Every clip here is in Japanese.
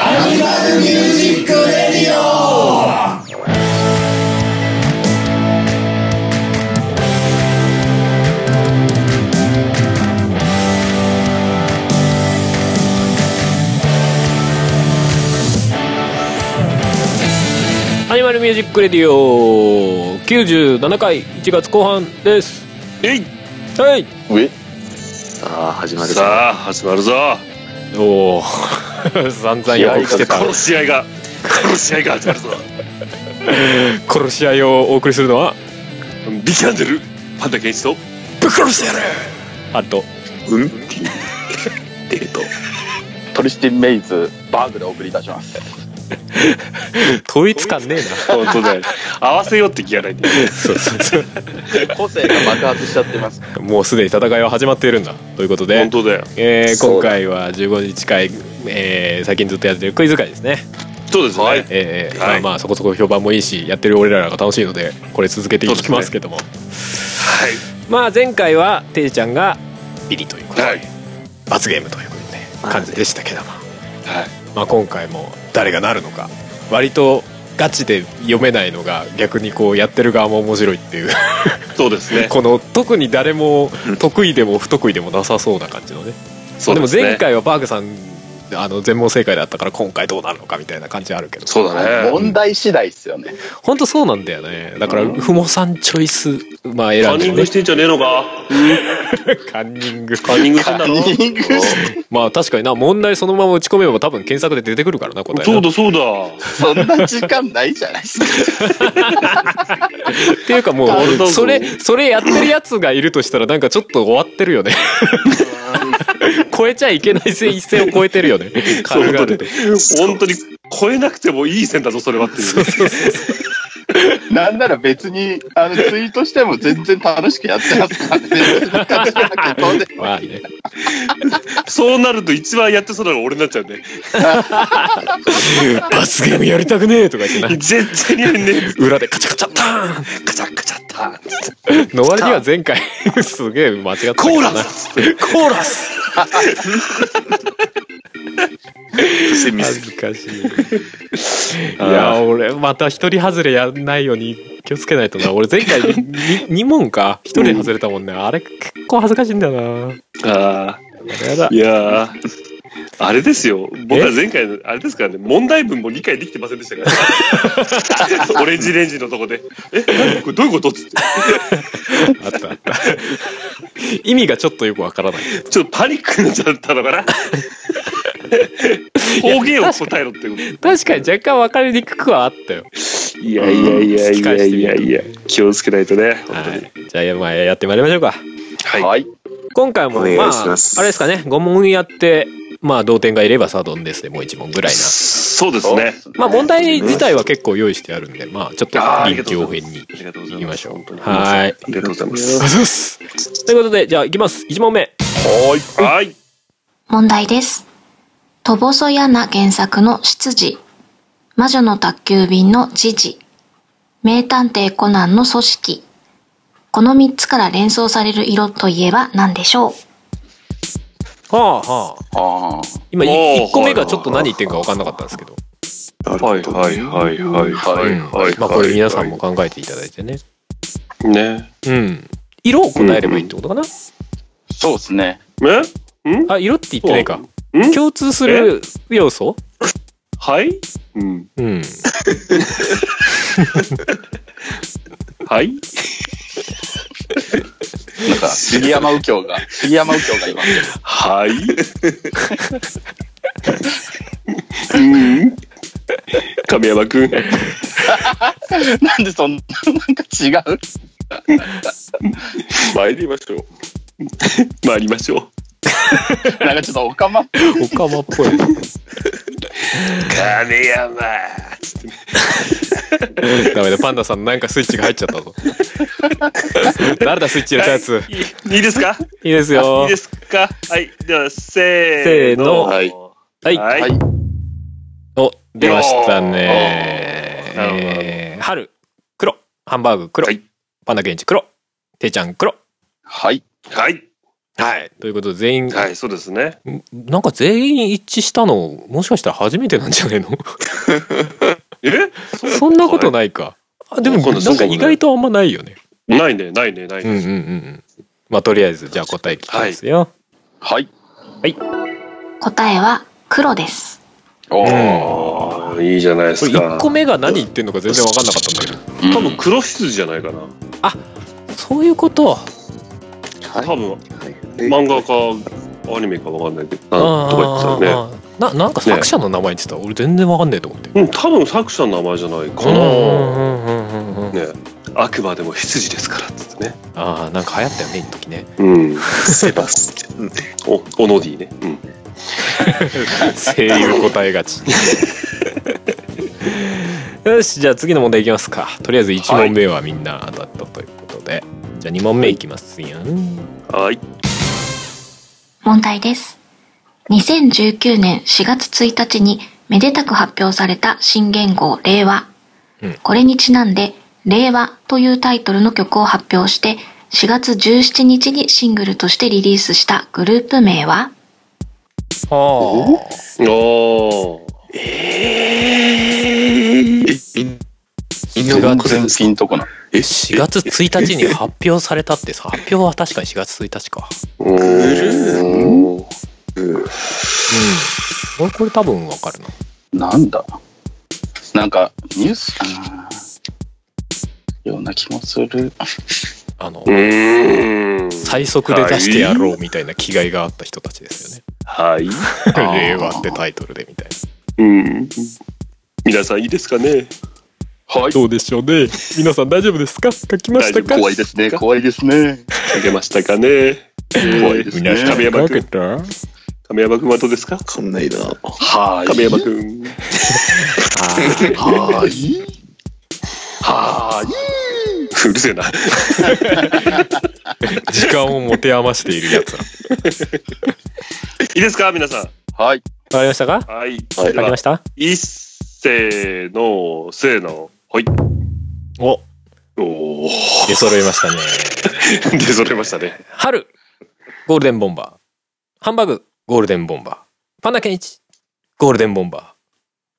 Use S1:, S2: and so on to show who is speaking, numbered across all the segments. S1: アニマルミュージックレディオ
S2: アニマルミュージックレディオ97回1月後半です
S3: えい
S2: はい
S3: 上
S4: さあ始まるぞ
S3: さあ始まるぞ
S2: おお 散々予告してた
S3: この試合がこの試合が始まるぞ
S2: 殺し合いをお送りするのは
S3: ビキャンデルパンダケンイチと
S2: ぶっ殺してやるあと
S4: うんっていうデート
S5: トリシティ・メイズバーグでお送りいたします
S2: 統一感ねえ
S3: 本当だよ合わせようって気がないんだよ
S2: なそうそうそ
S5: 個性が爆発しちゃってます
S2: う もうすでに戦いは始まっているんだということで
S3: 本、当だよ
S2: えー、
S4: そ
S2: 今
S4: うだ
S2: 回は15日会、えー、最近ずっとやってるクイズ会ですね
S3: そうですね、
S5: はい
S2: えーえー
S3: はい
S2: まあまあそこそこ評判もいいしやってる俺らが楽しいのでこれ続けていきますけども、まあ前回はていちゃんがビリということで、
S3: はい
S2: 罰ゲームということで、ね、感じでしたけども、
S3: はい
S2: まあ、今回も誰がなるのか割とガチで読めないのが逆にこうやってる側も面白いっていう
S3: そうですね
S2: この特に誰も得意でも不得意でもなさそうな感じのね
S3: そう
S2: です
S3: ね
S2: も前回はバーグさんあの全問正解だったから今回どうなるのかみたいな感じあるけど
S3: そうだね
S5: 問題次第っすよね
S2: 本当そうなんだよねだからふもさんチョイスまあ
S3: カ
S2: 選ん
S3: ンニ
S2: で
S3: ン
S2: も
S3: グ
S2: ね
S3: してんじゃねえのか
S2: カンニング
S3: カンニングしてんだろ
S5: リング
S2: まあ確かにな問題そのまま打ち込めば多分検索で出てくるからな答えな
S3: そうだそうだ
S5: そんな時間ないじゃないですか
S2: っていうかも
S3: あれだ
S2: う
S3: ぞ
S2: それそれやってるやつがいるとしたらなんかちょっと終わってるよね超えちゃいけない線一線を超えてるよね軽々で
S3: 本当に超えなくてもいい線だぞそれはっていうね
S5: なんなら別にあのツイートしても全然楽しくやってますからね
S2: まあね
S3: そうなると一番やってそうなのが俺になっちゃうんで
S2: 罰ゲームやりたくねえとか言ってな
S3: 絶対にやんねえ
S2: 裏でカチャカチャタ
S3: カチャカチャった
S2: ーンの割には前回すげえ間違ってたけ
S3: コ
S2: ど
S3: ー
S2: な
S3: ラスって
S2: コーラス
S4: セミ
S2: 恥
S4: ス
S2: ずかしいいや俺また一人外れやんないように気をつけないとな俺前回2問か一人外れたもんねあれ結構恥ずかしいんだよな
S3: ああ
S2: やだ
S3: いやー、あれですよ、僕は前回の、あれですからね、問題文も理解できてませんでした から、オレンジレンジのとこで、え、何これどういうことっつって、
S2: あったあった。意味がちょっとよくわからない。
S3: ちょっとパニックになっちゃったのかな。方言を答えろっていうこ
S2: 確かに若干わかりにくくはあったよ。
S3: と。いやいやいやいやいやいや、気をつけないとね、本当
S2: は
S3: に。
S2: い。じゃあ、まあ、やってまいりましょうか。
S3: はい。
S5: はい
S2: 今回も、
S4: お
S2: まあ、あれ
S4: 願い
S2: で
S4: します
S2: すかね、5問やって、まあ、同点がいればサドンですね、もう1問ぐらいな。
S3: そうですね。
S2: まあ、問題自体は結構用意してあるんで、まあ、ちょっと
S3: あーあり
S2: 臨
S3: が
S2: 機
S3: とう
S2: 応
S3: ございま
S2: 変
S3: す
S2: に
S3: ありがとうございます
S2: いきましょ
S3: 本当
S2: う。
S3: に
S2: はい。
S3: ありがとうございます。
S2: ということで、じゃあ、いきます。1問目。
S5: はい
S3: はい。
S6: 問題です。と細やな原作の執事、魔女の宅急便のジジ、名探偵コナンの組織、この3つから連想される色といえば何でしょう
S2: はあはあ。
S5: あ
S2: 今、
S3: おー
S2: 1個目がちょっと何言ってるか分かんなかったんですけど。
S4: はいはいは
S5: は
S4: いはい
S5: い
S2: うんまあ、これ皆さんも考えていただいてね。
S3: ね。
S2: うん。色を答えればいいってことかな、
S5: ーそうですね
S3: えん
S2: あ、色って言ってないか。
S3: ん
S2: 共通する要素
S3: はいうん。
S2: うん。
S3: はい
S5: なんか杉山右京が杉山右京がいますけど
S3: はい。うん。亀山くん。
S5: なんでそんななんか違う
S3: 参りましょう。参りましょう。
S5: なんかちょっとおかま
S2: おかまっぽい。
S3: 亀山。
S2: ダメだ、パンダさんなんかスイッチが入っちゃったぞ。誰だ、スイッチ入れたやつ。
S3: はいいいですか。
S2: いいです
S3: い
S2: よ
S3: いで。すか。はい、では、せーの。
S2: せ
S4: ー
S2: はい。
S3: はい。
S5: はい
S2: お、出ました
S3: おーなるほど
S2: ね。えー春、黒。ハンバーグ、黒
S3: はい。
S2: パンダケンチ、黒。ていちゃん、黒。
S5: はい
S3: はい。
S2: はい。ということで、全員、
S3: はい、そうですね。
S2: んなんか全員一致したの、もしかしたら初めてなんじゃないの
S3: え
S2: そんなことないか。あでも、
S3: わかんない
S2: なんか意外とあんまないよね。
S3: ないね、ないね、ない
S2: うんうん
S3: ね。
S2: うんうん。まあ、とりあえず、じゃあ答え聞きますよ。
S5: はい。
S6: 答えは黒です。
S5: お
S3: ああ、いいじゃないで
S2: こ
S3: す
S2: れ
S3: か。
S2: 1個目が何言ってんのか全然わかんなかったんだけど。
S5: うん
S3: 多分黒羊じゃないかな。
S2: そういうこと。
S3: 多分
S4: はい
S3: 漫画かアニメかわかんないけど、なんとか言ってたよね。
S2: あーななんか作者の名前って言ってた俺全然わかんねえと思って。
S3: うん、多分作者の名前じゃないかな。
S2: うんうんうんうんうん
S3: ね、あくまでも羊ですからっつってね。
S2: ああなんか流行ったよね一時ね
S3: うん。
S4: セバスチャン。
S3: お、オノディね。うん。
S2: 声優答えがち よしじゃあ次の問題いきますかとりあえず1問目はみんな当たったということで、じゃあ2問目いきますよ
S3: はい。
S6: 問題です。2019年4月1日にめでたく発表された新元号令和。
S2: うん
S6: これにちなんで、令和というタイトルの曲を発表して、4月17日にシングルとしてリリースしたグループ名は
S3: ああ。
S2: は
S4: えー、みん
S5: 全
S4: な
S5: 然ピンとこない。
S4: え
S2: 4月1日に発表されたってさ発表は確かに4月1日か
S3: うーん。
S2: うん俺これ多分わかるな
S5: なんだなんか、ニュースかなような気もする。
S2: あの、
S3: うーん。
S2: 最速で出してやろうみたいな気概があった人たちです
S3: はい。
S2: よね
S5: あ ー
S2: 令和ってタイトルでみたいな
S3: うん。皆さんいいですかね
S5: はい。
S2: どうでしょうね皆さん大丈夫ですか書きましたか
S5: 怖いですね、怖いですね。
S3: 書けましたかね
S5: 怖いですね。
S3: 皆さん亀山くん
S2: たは
S3: 亀山くんはどうですか
S4: わかんないな。
S5: は
S3: 亀
S5: い。
S3: 山くん。
S2: い
S5: はい。は
S3: うるせえな。
S2: 時間を持て余しているや つら
S3: いいですか皆さ
S5: い。はい。
S2: わかりましたか
S3: ん。はい。
S2: 書
S3: では
S2: きました
S3: いっせーの、せーの。はい。
S2: お
S3: おお。
S2: 出揃いましたね
S3: 出揃いましたね。
S2: 春ゴールデンボンバーハンバーグゴールデンボンバーパンダケンイチゴールデンボンバー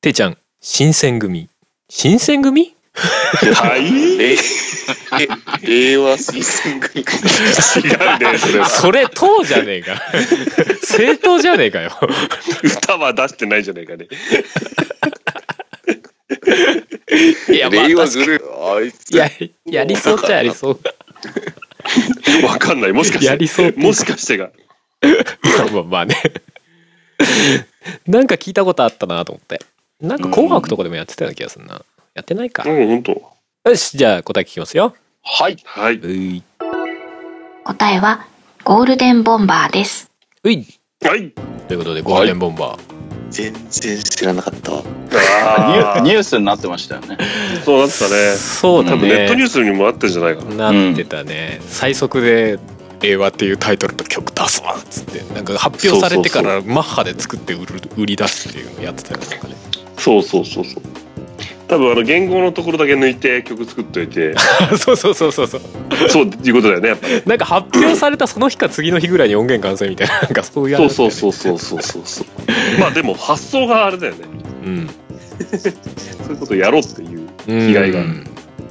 S2: ていちゃん新選組新選組
S3: はい。違
S4: え、え、令和推薦 組。
S3: うね、それは。
S2: それ党じゃねえ か政党じゃねえかよ
S3: 歌は出してないじゃないかね。
S2: いやまあ
S4: 令和
S2: 確か
S4: グループ。あいつ
S2: いややりそうっちゃやりそう
S3: わかんない。もしかして。
S2: やりそう
S3: もしかしてが。
S2: ま あまあまあね。なんか聞いたことあったなと思って。なんか紅白とかでもやってたような気がするな。やってないか。
S3: うん、ほんと。
S2: よし、じゃあ答え聞きますよ。。
S5: はい。
S3: はいう
S2: い。
S6: 答えはゴールデンボンバーです。
S2: うい。
S3: はい。
S2: ということで、ゴールデンボンバー。
S4: 全然知らなかったわ。
S5: ニュ
S3: あ
S5: ニュースになってましたよね。
S3: あ。そうなったね。
S2: そうだ
S3: 多分ネットニュ
S2: ね。
S3: ースにもあったんじゃないかな。
S2: なってたね。最速で、令和っていうタイトルと曲出すわっつってなんか発表されてからマッハで作って売る売り出すっていうのやってたよねなんかね
S3: そうそうそうそう。多分あの言語のところだけ抜いて曲作っとい て
S2: そうそうそうそうそう
S3: そういうことだよねやっぱね
S2: なんか発表されたその日か次の日ぐらいに音源完成みたいななんかそういう
S3: そう
S2: 話だ
S3: そ
S2: よ
S3: う
S2: ね
S3: そうそうそうそうそうまあでも発想があれだよね
S2: うん
S3: そういうことやろうっていう
S2: 気
S3: 概が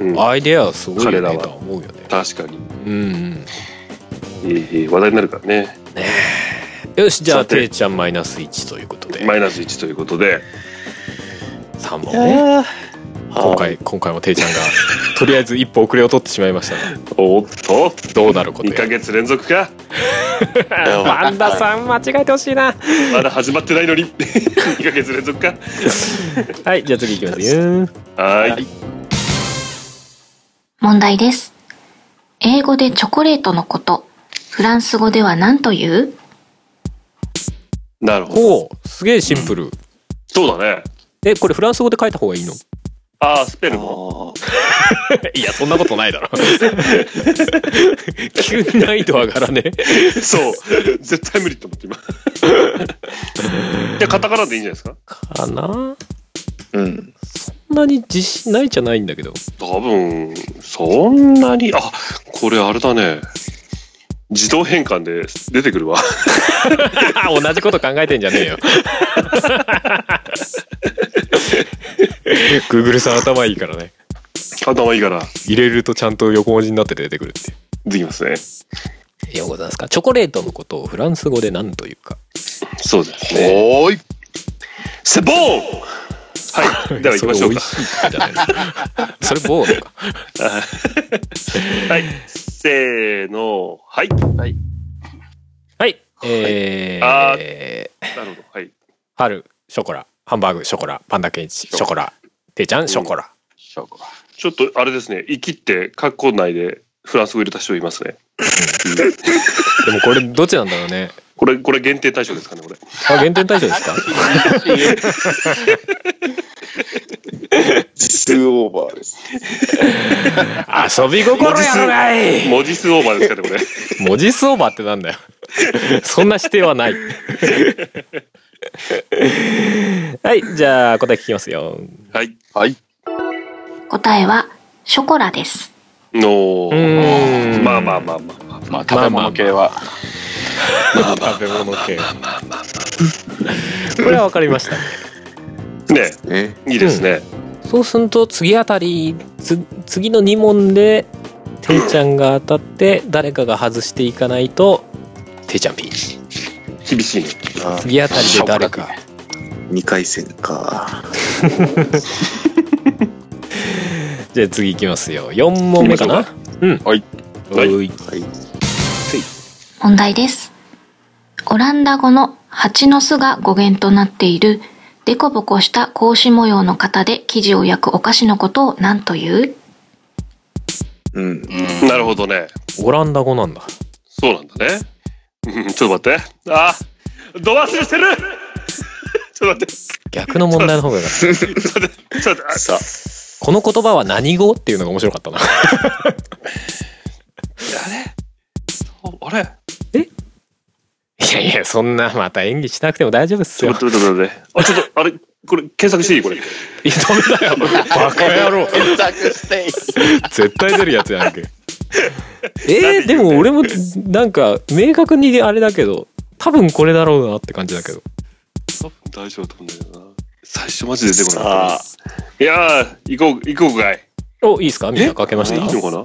S3: うん
S2: アイデアはすごいよ
S3: 彼ら
S2: ね
S3: は
S2: とは思うよね。
S3: 確かに、
S2: うん、
S3: えー話題になるからね
S2: うん。よしじゃあ
S3: さて
S2: ていちゃんマイナス1ということで
S3: マイナス1ということで
S2: 3問ね今
S4: 今
S2: 回今回もていちゃんがとりあえず一歩遅れを取ってしまいましたが
S3: おっと
S2: どうなること
S3: 2ヶ
S2: や
S3: 月連続か
S2: パンダさん間違えてほしいな
S3: まだ始まってないのに2 ヶ月連続か
S2: はいじゃあ次いきますよ
S3: は
S5: はいい
S6: 問題です。英語でチョコレートのこと、フランス語では何という
S3: なるほど
S2: おうすげえシンプル
S3: そうだね
S2: えこれフランス語で書いた方がいいの
S3: ああスペルも
S4: あ
S2: いやそんなことないだろ 急に難易度上がらね
S3: そう絶対無理と思 って今じゃあカタカナでいいんじゃないですか
S2: かな
S4: ーうん。
S2: そんなに自信ないじゃないんだけど
S3: 多分そんなにあこれあれだね自動変換で出てくる わ。
S2: 同じこと考えてんじゃ ねえよ。Google さん頭いいからね。
S3: 頭いいから、
S2: 入れるとちゃんと横文字になってて出てくるってい
S3: できますね。
S2: う。ようございますか。チョコレートのことをフランス語で何というか。
S3: そうですね。
S4: おーい。
S3: セボーン はい。では行きましょうか。
S2: それ美味しいじゃないのそれ棒とか。
S3: はい。せーの。はい。
S2: はい。えー、
S3: あなるほど。はい。
S2: 春、ショコラ、ハンバーグ、ショコラ、パンダケンチ、ショコラ、ていちゃん、ショコラ。
S5: ショコ
S3: ちょっとあれですね。生きって、括弧内でフランス語入れた人いますね。
S2: でもこれどっちなんだろうね。
S3: これ、これ限定対象ですかね、これ。
S2: あ、減点対象です か
S4: 時数オーバーです。
S2: 遊び心やろがい
S3: 文字数オーバーですかね、こ れ。
S2: 文字数オーバーってなんだよ。 そんな指定はない。はい、じゃあ答え聞きますよ。
S3: はい。
S4: はい。
S6: 答えはショコラです。
S3: の
S2: ーん
S3: まあまあまあまあ。
S5: ラ。まあ、食べ物系は。
S2: 食べ物系。これはわかりましたね。
S3: ね
S4: ね。
S3: いいですね。
S2: そうすると次あたり、つ次の2問で、ていちゃんが当たって、誰かが外していかないと、ていちゃんピンチ。
S3: 厳しいね。
S4: あ
S2: 次あたりで誰か。
S4: 二回戦か。
S2: じゃあ次いきますよ。4問目かなうん。
S5: はい。
S3: はい
S2: はい。
S4: はい。
S6: 問題です。オランダ語の蜂の巣が語源となっている、デコボコした格子模様の型で生地を焼くお菓子のことを何という
S4: うん。
S5: うん
S3: なるほどね。
S2: オランダ語なんだ。
S3: そうなんだね。うんちょっと待って。あド忘れしてるちょっと待って。
S2: 逆の問題の方がよかった
S3: ちょっと待って。ちょっと待って。
S4: さ
S2: この言葉は何語っていうのが面白かったな。
S3: ああれ
S2: いやいや、そんな、また演技しなくても大丈夫っす
S3: ちょ
S2: よ。
S3: っと待って待って待って。あ、ちょっと、あれ、これ、検索していいこれ。
S2: いや、ダメだよ。バカ野郎。
S5: 検索して
S2: 絶対出るやつやんけ。 えー、でも俺も、なんか、明確にあれだけど、多分これだろうなって感じだけど。
S3: 大丈夫と思うんだけどな。最初マジで出てこなか
S4: あ
S3: っ。た。いやー、行こう、行こうかい。
S2: お、いいですかみんなかけまし
S3: いい
S2: た
S3: のかない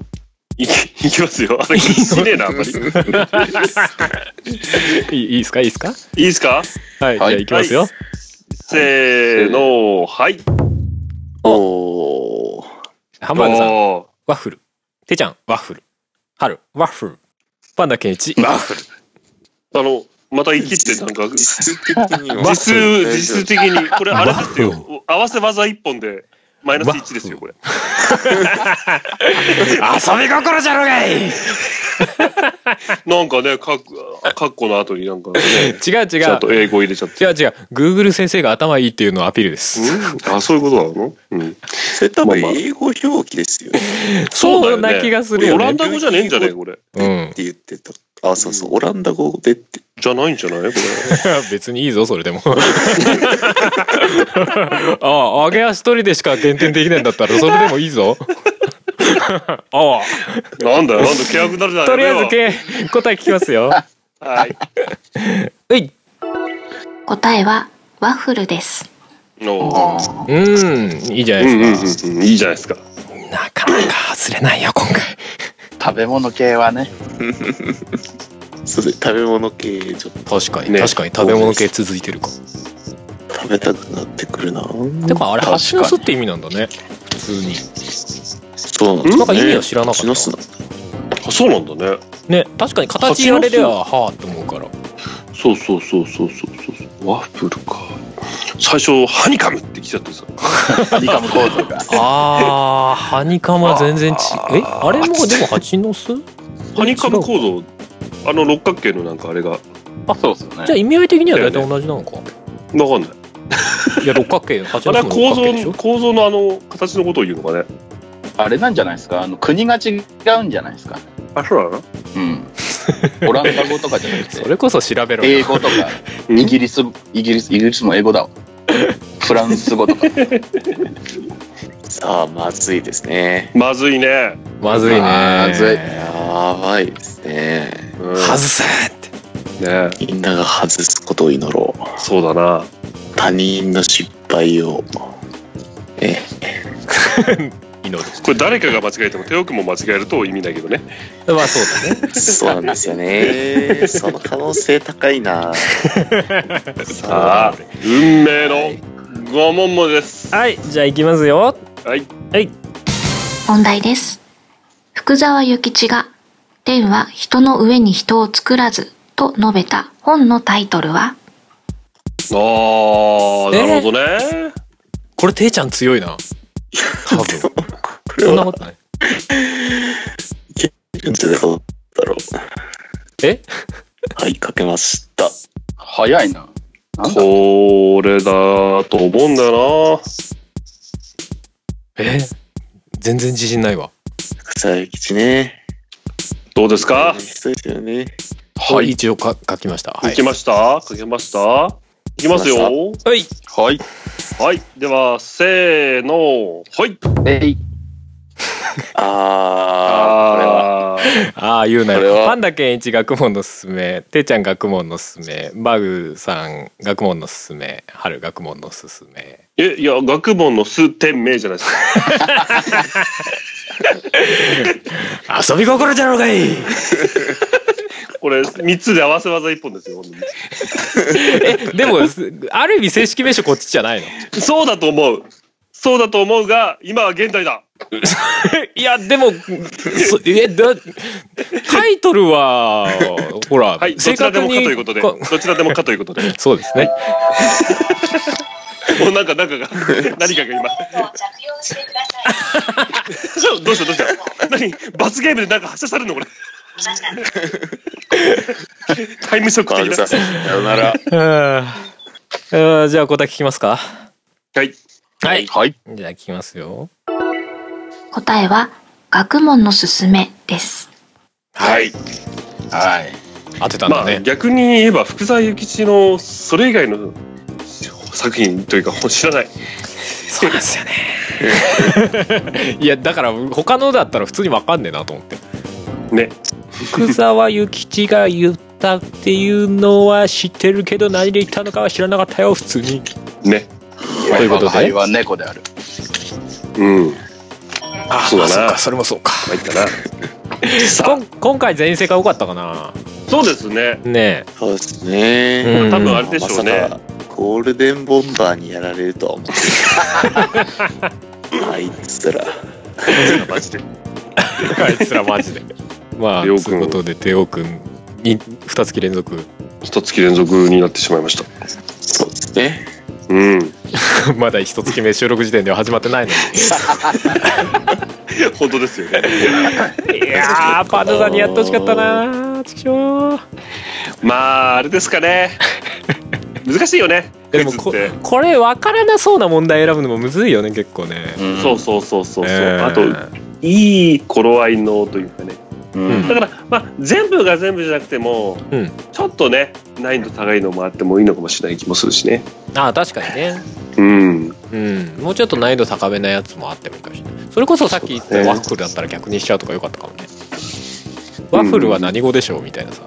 S3: 行きますよ。あれ、しねえな、あんまり。い
S2: いいいですかいいですか
S3: いですか
S2: はい、じゃあいきますよ。
S3: せーの、はい。
S4: おー。
S2: ハンバーグさん、
S3: お
S2: ワッフル。てちゃん、ワッフル。はる、ワッフル。パンダケンイチ、ワッフル。
S3: ーあの、また行きって、なんか、実
S4: 実質的には。
S3: 数、実数的に、これ、あれです
S2: ワッ
S3: よ。合わせ技一本で、マイナス1ですよ、これ。
S2: 遊び心じゃろがい
S3: なんかね、かっ、かっこの後になんかね、
S2: 違う違
S3: ちゃん
S2: う。
S3: と英語入れちゃって。
S2: 違う違う。Google 先生が頭いいっていうのをアピールです。
S3: うんあ、そういうことなのうん。
S4: それ多分英語表記ですよね。
S2: そうな気がするよ
S3: オラ
S2: ね
S3: ン。ダ語じゃねえんじゃねえこれ。
S2: うん
S4: っ。て言ってた。あ、そうそう。オランダ語でって。
S3: じゃないんじゃないこれ。
S2: 別にいいぞ、それでも。 ああ、揚げ足取りでしか減点できないんだったら、それでもいいぞ。 ああ、
S3: なん だよ、なんだ、契約になるじゃない
S2: とりあえずけ、答え聞きます よ。
S3: はい。
S2: うい。
S6: 答えはワッフルです。
S3: の
S2: うん、いいじゃな
S3: う
S2: い
S3: ん
S2: で
S3: うん
S2: すか。
S3: うんうん、いいじゃないですか。
S2: なかなか外れないよ、今回。
S5: 食べ物系はね。
S4: そうです食べ物系、ちょっ
S2: 確かに、
S3: ね
S2: 確かに食べ物系続いてるか。
S4: と食べたくなってくるな。
S2: てか、あれ、
S5: 確かに
S2: 蜂の巣って意味なんだね。普通に。
S4: そうなんだ。
S2: なんか意味を知らなかっ
S4: 蜂の巣
S2: た。
S4: なんだ。
S3: あそうなんだね。
S2: ね、確かに形言われりゃ、はあって思うから。
S3: そうそうそうそうそうそう。ワッフルか。最初、ハニカムって来ちゃってさ。
S5: イカムコードが。
S2: ああ、ハニカマ全然ち、え、あれもでも蜂の巣
S3: ハニカム構造、あの六角形のなんかあれが、わ
S5: あ、そうですよね
S2: じゃあ。意味合い的には大体同じなのか。
S3: かんない。
S2: いや、六角形、八
S3: あれ
S2: の巣
S3: は
S2: の
S3: 構
S2: 六角
S3: 造
S2: 形でし
S3: の、
S2: ょ
S3: 構造のあの、形のことを言うのかね。
S5: あれなんじゃないですかあの国が違うんじゃないですか
S3: あ、そうだな。
S5: うん。オランダ語とかじゃなく
S2: そ
S5: て、
S2: れこそ調べろ
S5: 英
S2: よ。
S5: 語とか、イギリス、イギリス、イギリスも英語だわ。フランス語とか。
S4: さあ、まずいですね。
S3: まずいね。
S2: まずいね。
S5: まずい
S4: やばいですね。
S3: うん
S2: 外せって
S3: ね
S4: みんなが外すことを祈ろう
S3: そうだな。
S4: 他人の失敗をえ
S2: 祈る
S3: これ誰かが間違えても、テオ君も間違えると意味ないけどね。
S2: まあそうだね
S4: そうなんですよ ねその可能性高いな
S3: さあ、運命の5問目です。
S7: はいじゃあ行きますよ
S3: はい。
S6: 問題です。福沢諭吉が、天は人の上に人を作らずと述べた本のタイトルは、
S3: あー、なるほどね。
S2: これていちゃん強いな多分
S4: これ
S2: そんな
S4: は
S2: ことない
S4: じゃなかったろう
S2: え
S4: はいかけました
S5: 早いな。なんだ
S3: これだと思うんだよ
S2: え全然自信ないわ
S4: 福沢諭吉ね
S3: な。どうですか、
S4: そうですよね
S2: はい一応か書きましたは
S3: 行
S2: い
S3: きましたかけましたいきますよ。
S2: はい
S5: はい。
S3: はい。では、せーの、ほい。
S5: えい。
S4: ああ
S3: あー
S2: ああ言うな
S4: これ
S2: よ
S4: は
S2: パンダケンイチ学問のすすめていちゃん学問のすすめバグさん学問のすすめ春学問のすすめ
S3: え、いや、学問の数点名じゃないですか。
S2: 遊び心じゃろう がい
S3: これ、3つで合わせ技1本ですよ。本当に
S2: えでもすある意味正式名称こっちじゃないの
S3: そうだと思う。そうだと思うが、今は現代だ。
S2: いやでもそえだタイトルはほら、
S3: はい。どちらでもかということで。
S2: こ
S3: どちらでもかということで。
S2: そうですね
S3: もうなんか、なんか が、何かが今。 どうしたどうした何罰ゲームでなんか発射されるのこれ。タイムショック
S4: ー
S3: 的
S4: ル
S3: な
S4: さ。んさよなら
S2: あーじゃあ答え聞きますか
S3: はい。
S2: はい
S5: はい。
S2: じゃあ聞きますよ
S6: 答えは、学問のすすめです。
S3: はい。
S5: はい。
S2: 当てたん
S3: ま
S2: だ
S3: あ
S2: ね、
S3: 逆に言えば、福沢諭吉のそれ以外の作品というか、もう知らない。
S2: そうなんですよね いやだから他のだったら普通にわかんねえなと思って
S3: ね。
S2: 福沢諭吉が言ったっていうのは知ってるけど何で言ったのかは知らなかったよ普通に
S3: ね。
S2: ということで
S5: はいは猫である。
S3: うん。
S2: あ
S3: そうだな
S2: それもそうか
S3: 入ったな。
S2: こ
S3: さ
S2: ん今回全員正解多かったかな
S3: あ、そうですね。
S2: ね
S4: そうです
S2: え、
S4: ね、
S2: うん
S3: 多分あれでしょうね
S4: まさかゴールデンボンバーにやられるとは思ってないあいつら
S3: マジで。
S2: あいつらマジでまあと
S3: テ
S2: い
S3: オ
S2: う
S3: 君
S2: ことでテオ君に2月連続
S3: 一月連続になってしまいました。
S4: そうですね
S3: うん。
S2: まだ1月目収録時点では始まってないの
S3: 本当ですよね。
S2: にいやーパンダさんにやってほしかったなちくしょう
S3: まあ、あれですかね。難しいよね。ク
S2: で
S3: イ
S2: も
S3: ズっ
S2: こ
S3: て。
S2: これ分からなそうな問題選ぶのもむずいよね結構ね、
S5: うん
S3: そうそうそうそうそう。
S2: えー
S3: あと、いい頃合いのというかね。
S5: うん。
S3: だから、まあ、全部が全部じゃなくても、
S2: うん
S3: ちょっとね、難易度高いのもあってもいいのかもしれない気もするしね。
S2: ああ確かにね
S3: うん。
S2: うんもうちょっと難易度高めなやつもあってもいいかもしれないそれこそさっき言っ
S3: そ
S2: た
S3: うだね
S2: ワッフルだったら逆にしちゃうとかよかったかもねワッフルは何語でしょうみたいなさ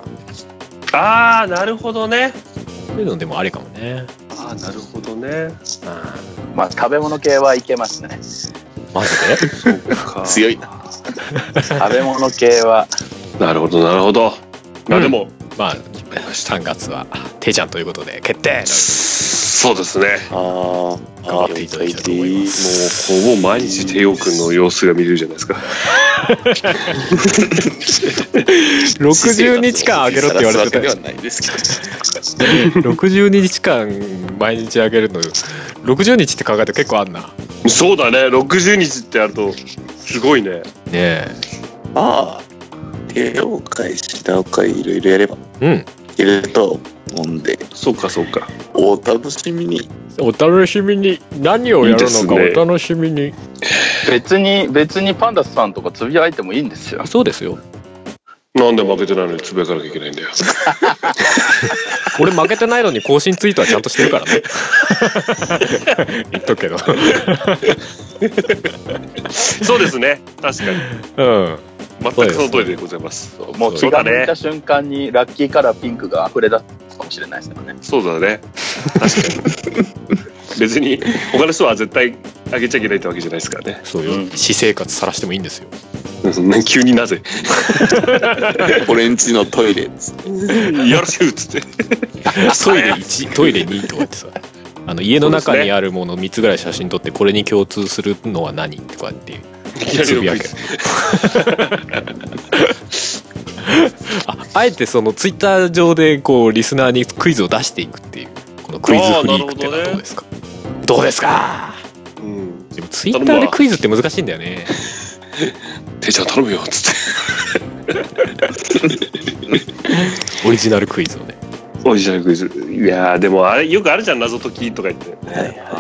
S3: ああ、なるほどね。
S2: そういうのでもありかもね
S3: ああ、なるほどね。
S2: うん
S5: まあ、食べ物系はいけますね。
S2: マジ で
S4: 強いな
S5: 食べ物系は、
S3: なるほど、なるほど。まあでも、
S2: まあ3月はていちゃんということで決定
S3: そうですね。
S4: あー
S2: 頑張っていただきたいと思いま
S3: も
S2: す
S3: うほぼ毎日帝王君の様子が見れるじゃないですか。
S2: 60日間あげろって言われて た
S4: ではないですけど
S2: 60日間毎日あげるの60日って考えたら結構あんなね
S3: そうだね、60日ってあると、すごいね。
S2: え
S4: まあ手を変え品を変えいろいろやれば
S2: うん
S4: いけると思うんで
S3: そうか、そうか。
S4: お楽しみに
S2: お楽しみに何をやる
S3: いいで
S2: のか
S3: すね
S2: お楽しみに
S5: 別に、別にパンダさんとかつぶやいてもいいんですよ。
S2: そうですよ
S3: なんで負けてないのにつぶやかなきゃいけないんだよ。
S2: 俺負けてないのに更新ツイートはちゃんとしてるからね 言っとくけど
S3: そうですね、確かに。
S2: うん
S3: 全くその通りでございます。
S5: もう
S3: そ
S5: 気
S3: うだ
S5: が
S3: ね
S5: 向いた瞬間にラッキーカラーピンクが溢れ出すかもしれないですよね。
S3: そうだね。確かに。別に、他の人は絶対あげちゃいけないってわけじゃないですからね。
S2: そういう私生活さらしてもいいんですよ
S3: うん急になぜ。
S4: 俺んちのトイレっつって
S3: よろしくっつって。
S2: トイレ1トイレ2とかってさあの家の中にあるもの3つぐらい写真撮ってこれに共通するのは何とかっていう
S3: いきなり
S2: つ
S3: の
S2: ぶ
S3: ク
S2: や
S3: イ
S2: け
S3: ズ。
S2: ああえてそのツイッター上でこうリスナーにクイズを出していくっていうこのクイズフリークってのはどうですかど,、うですか
S3: うん。
S2: でもツイッターでクイズって難しいんだよ ね
S3: てっちゃん頼むよっつって。
S2: オリジナルクイズをね
S3: オリジナルクイズ。いやーでもあれ、よくあるじゃん、謎解きとか言って。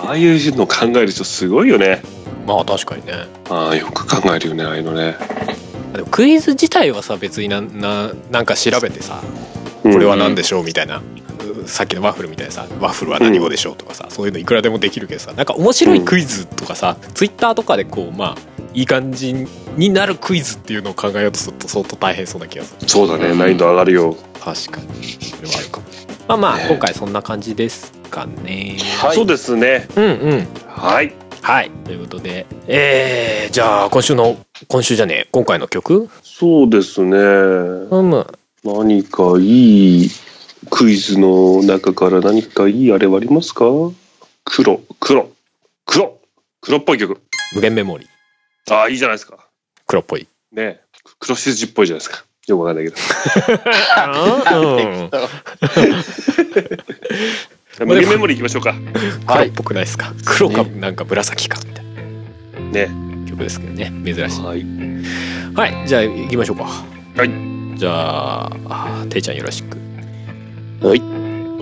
S3: ああいうの考える人すごいよね。
S2: まあ確かにね
S3: ああ、よく考えるよね、ああいうのね。
S2: でもクイズ自体はさ別になななんか調べてさ
S3: うん
S2: これは何でしょうみたいな、うんさっきのワッフルみたいなさワッフルは何語でしょうとかさ、そういうのいくらでもできるけどさなんか面白いクイズとかさ、ツイッターとかでこうまあいい感じになるクイズっていうのを考えようとすると相当大変そうな気がする
S3: そうだね、難易度上がるよ。
S2: 確かにそれはあるかもまあまあ、
S3: ね
S2: 今回そんな感じですかね
S5: はい
S3: そうですね。
S2: うんうん
S3: はい。
S2: はいということでえー、じゃあ今週の今週じゃねえ今回の曲
S3: そうですね。
S2: うんうん
S3: 何かいいクイズの中から何かいいあれはありますか黒、黒、黒、黒っぽい曲。
S2: 無限メモリー
S3: ああ、いいじゃないですか。
S2: 黒っぽい
S3: ねえ黒羊っぽいじゃないですか。よくわかんないけ
S2: うん
S3: ど。無限メモリー行きましょうか。
S2: 黒っぽくないですか、黒かなんか紫かみたい
S3: ね。
S2: な曲ですけどね珍しい
S3: はい。
S2: はいじゃあ行きましょうか
S3: はい
S2: じゃああていちゃんよろしく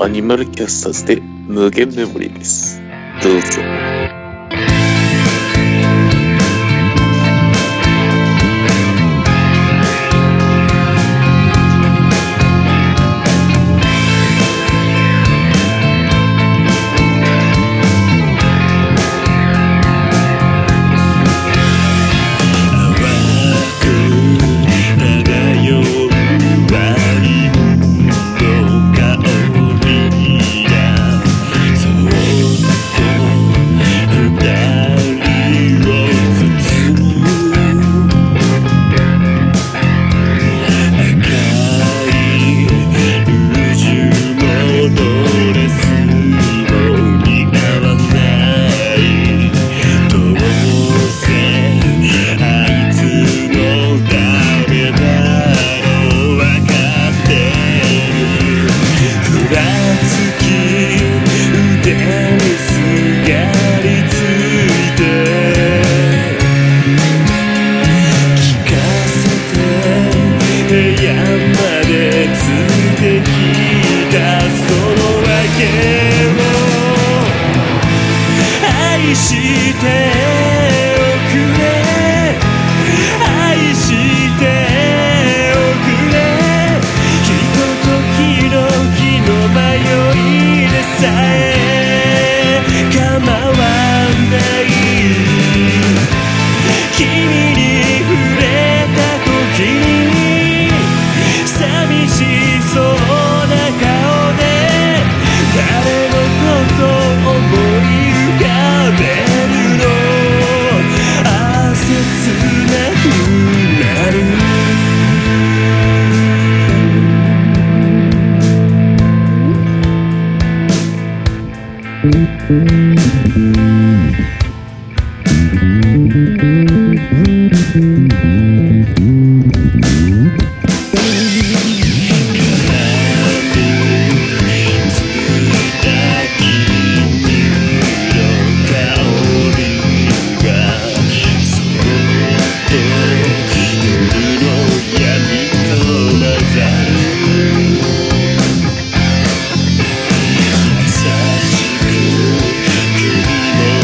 S4: アニマルキャスターズで無限メモリーですどうぞ
S1: 淡く長い夜はインド香りがそっと二人を包む赤い宇宙のドレスを似合わないどうせあいつのためだろうわかってるふらつき腕にすがりついて「聞かせて部屋まで連れてきて」「たその訳を愛しておくれ」「愛しておくれ」「ひとときの気の迷いでさえ構わない」君に触れた時に寂しそうな顔で誰のことを思い浮かべるのあ切なくなる優しく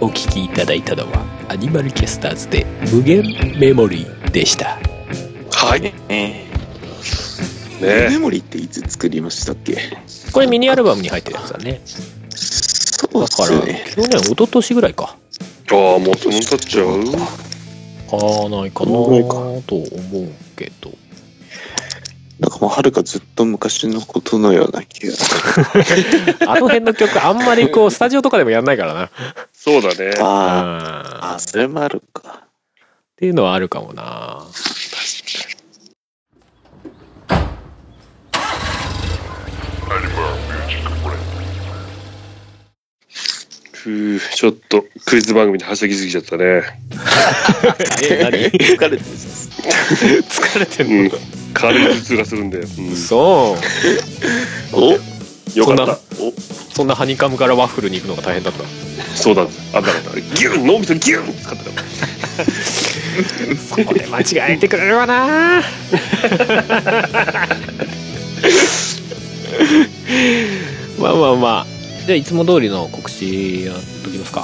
S2: お聞きいただいたのはアニマルキャスターズで無限メモリーでした
S3: はい。
S4: えー、メ
S3: ね
S4: モリーっていつ作りましたっけ
S2: これミニアルバムに入ってるやつだね
S4: そう
S2: だ
S4: っ
S2: か
S4: す
S2: ら去
S4: ね。
S2: 年一昨年ぐらいか
S3: ああ、もうその経っちゃう
S2: 買わないかな
S4: このぐらいか
S2: と思うけど
S4: なんかもうはるかずっと昔のことのような気がする。
S2: あの辺の曲あんまりこうスタジオとかでもやんないからな
S3: そうだね。
S4: あ あ、
S2: あ
S4: あそれもあるか。
S2: っていうのはあるかもな
S3: ふうちょっとクイズ番組ではしゃぎすぎちゃったね。
S2: え何
S4: 疲れてます。
S2: 疲れて
S3: うんん
S2: の。
S3: 軽い頭痛がするんで。うん、
S2: そう
S4: お
S3: よかった。
S2: そんなハニカムからワッフルに行くのが大変だった
S3: そうだ。あんただ。ギュン脳みそにギュン使ってた。
S2: そこで間違えてくれるわな まあまあまあじゃあいつも通りの告知やっときますか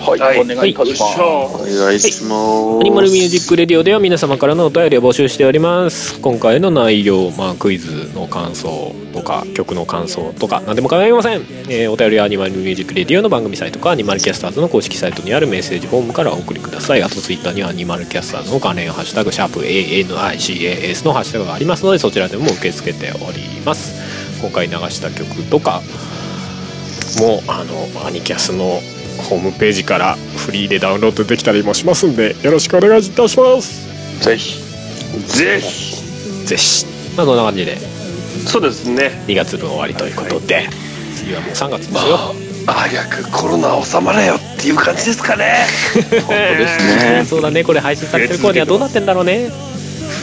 S5: はい、
S3: はい
S5: お願いいたします。
S4: お願いします。
S2: アニマルミュージックレディオでは皆様からのお便りを募集しております今回の内容、まあ、クイズの感想とか曲の感想とか何でも構いません、えーお便りはアニマルミュージックレディオの番組サイトかアニマルキャスターズの公式サイトにあるメッセージフォームからお送りくださいあとツイッターにはアニマルキャスターズの関連ハッシュタグシャープ ANICAS のハッシュタグがありますのでそちらでも受け付けております今回流した曲とかもあのアニキャスのホームページからフリーでダウンロードできたりもしますんでよろしくお願いいたします
S5: ぜひ。
S3: ぜひ。
S2: ぜひまあこんな感じで
S3: そうですね。
S2: 2月分終わりということで、次はもう3月ですよ、
S3: 早くコロナ収まれよっていう感じですかね。
S5: 本当ですね。
S2: そうだねこれ配信されてる頃にはどうなってんだろうね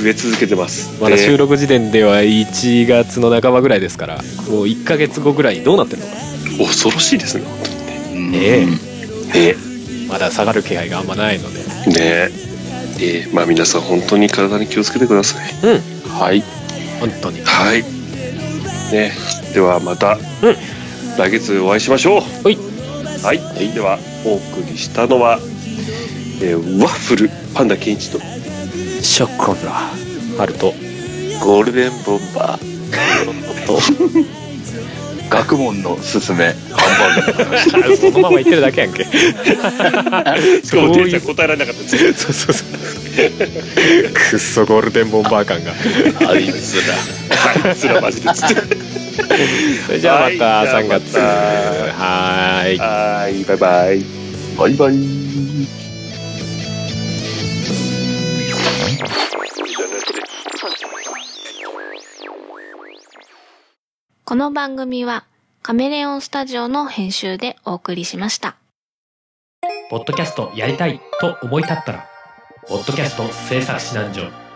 S3: 増え続けてます。
S2: まだ収録時点では1月の半ばぐらいですからもう1ヶ月後ぐらいにどうなってんのか
S3: で恐ろしいですね。
S2: ね
S3: ね
S2: まだ下がる気配があんまないので
S3: え。ねえ。えーまあ皆さん本当に体に気をつけてください。
S2: うん
S5: はい。
S2: 本当に
S3: はい。ねではまた、来月お会いしましょう。
S2: はい
S3: はい、ではお送りしたのは、えーワッフルパンダケンイチと
S2: ショコラハルト
S4: ゴールデンボンバー。
S5: 学問のすすめ。
S2: そのまま言ってるだけやんけ
S3: しかも店員さん答えられなかったです
S2: そうそうそう くっそゴールデンボンバー感が
S5: あいつら。
S3: はいそれはマ ジです
S2: それじゃあまた
S3: はい
S2: 3月
S3: じゃ
S2: はーい
S3: はいバイバイ
S5: バイバイ。
S6: この番組はカメレオンスタジオの編集でお送りしました。
S7: ポッドキャストやりたいと思い立ったら、ポッドキャスト制作指南所